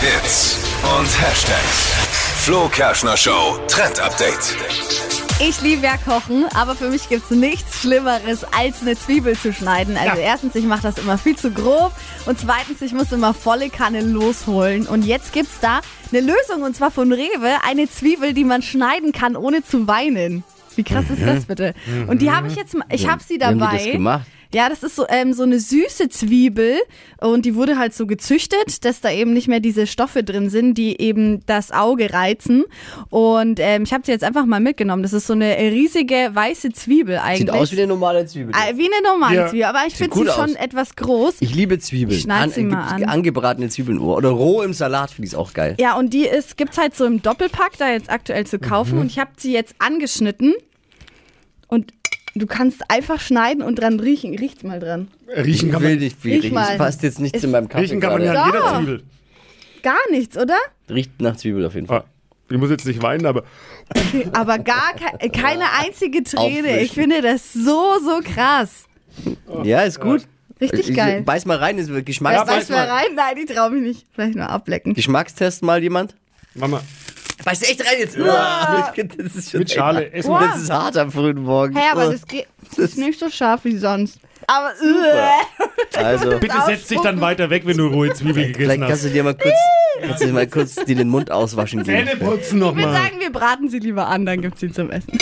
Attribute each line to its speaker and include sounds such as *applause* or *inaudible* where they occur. Speaker 1: Hits und Hashtags. Flo Kerschner Show Trend Update.
Speaker 2: Ich liebe ja Kochen, aber für mich gibt's nichts Schlimmeres, als eine Zwiebel zu schneiden. Also erstens, ich mache das immer viel zu grob und zweitens, ich muss immer volle Kanne losholen. Und jetzt gibt's da eine Lösung und zwar von Rewe, eine Zwiebel, die man schneiden kann, ohne zu weinen. Wie krass ist das bitte? Und die habe ich jetzt, ma- ich habe sie
Speaker 3: Mhm. haben die
Speaker 2: dabei.
Speaker 3: das gemacht?
Speaker 2: Ja, das ist so, ähm, so eine süße Zwiebel und die wurde halt so gezüchtet, dass da eben nicht mehr diese Stoffe drin sind, die eben das Auge reizen. Und ähm, ich habe sie jetzt einfach mal mitgenommen. Das ist so eine riesige weiße Zwiebel eigentlich.
Speaker 3: Sieht aus wie eine normale Zwiebel.
Speaker 2: Äh, wie eine normale
Speaker 4: Ja.
Speaker 2: Zwiebel, aber ich
Speaker 3: Sieht
Speaker 2: finde sie
Speaker 3: gut
Speaker 2: schon
Speaker 3: aus.
Speaker 2: etwas groß.
Speaker 3: Ich liebe Zwiebeln. äh,
Speaker 2: Schneid sie mal an.
Speaker 3: Angebratene Zwiebeln Oh, oder roh im Salat finde ich auch geil.
Speaker 2: ja, und die ist, gibt's halt so im Doppelpack da jetzt aktuell zu
Speaker 3: Mhm.
Speaker 2: kaufen. Und ich habe sie jetzt angeschnitten und du kannst einfach schneiden und dran riechen. Riecht mal dran.
Speaker 4: Riechen kann
Speaker 3: ich will
Speaker 4: man,
Speaker 3: nicht
Speaker 2: Riech
Speaker 3: viel riechen.
Speaker 2: mal.
Speaker 3: Es passt jetzt nichts
Speaker 2: Ist-
Speaker 3: in meinem Kaffee.
Speaker 4: riechen kann man
Speaker 3: gerade.
Speaker 4: ja an jeder
Speaker 2: Doch.
Speaker 4: Zwiebel.
Speaker 2: Gar nichts, oder?
Speaker 3: Riecht nach Zwiebel auf jeden Fall.
Speaker 4: Ah, ich muss jetzt nicht weinen, aber
Speaker 2: Aber gar ke äh, keine einzige Träne. Ich
Speaker 3: Aufwischen.
Speaker 2: finde das so, so krass.
Speaker 3: Ja, ist gut.
Speaker 2: Richtig
Speaker 3: Ich-
Speaker 2: geil.
Speaker 3: Beiß mal rein, ist Geschmacks
Speaker 4: Ja,
Speaker 2: Beiß
Speaker 4: beiß
Speaker 2: mal
Speaker 4: mal.
Speaker 2: rein. Nein, die trau mich nicht. Vielleicht nur ablecken.
Speaker 3: Geschmackstest mal jemand.
Speaker 4: Mama,
Speaker 3: Beiß echt rein jetzt. *laughs* Das ist schon
Speaker 4: mit Schale essen.
Speaker 2: Wow.
Speaker 3: Das ist hart am frühen Morgen. Oh.
Speaker 2: Hey, aber das geht ist nicht so scharf wie sonst. Aber äh,
Speaker 3: also,
Speaker 4: Bitte setz dich dann weiter weg, wenn du rohe Zwiebel
Speaker 3: vielleicht
Speaker 4: gegessen
Speaker 3: kannst
Speaker 4: hast.
Speaker 3: du dir mal kurz, kannst du dir mal kurz dir den Mund auswaschen gehen.
Speaker 4: Zähne putzen
Speaker 2: ich würde
Speaker 4: nochmal.
Speaker 2: sagen, wir braten sie lieber an, dann gibt's sie zum Essen.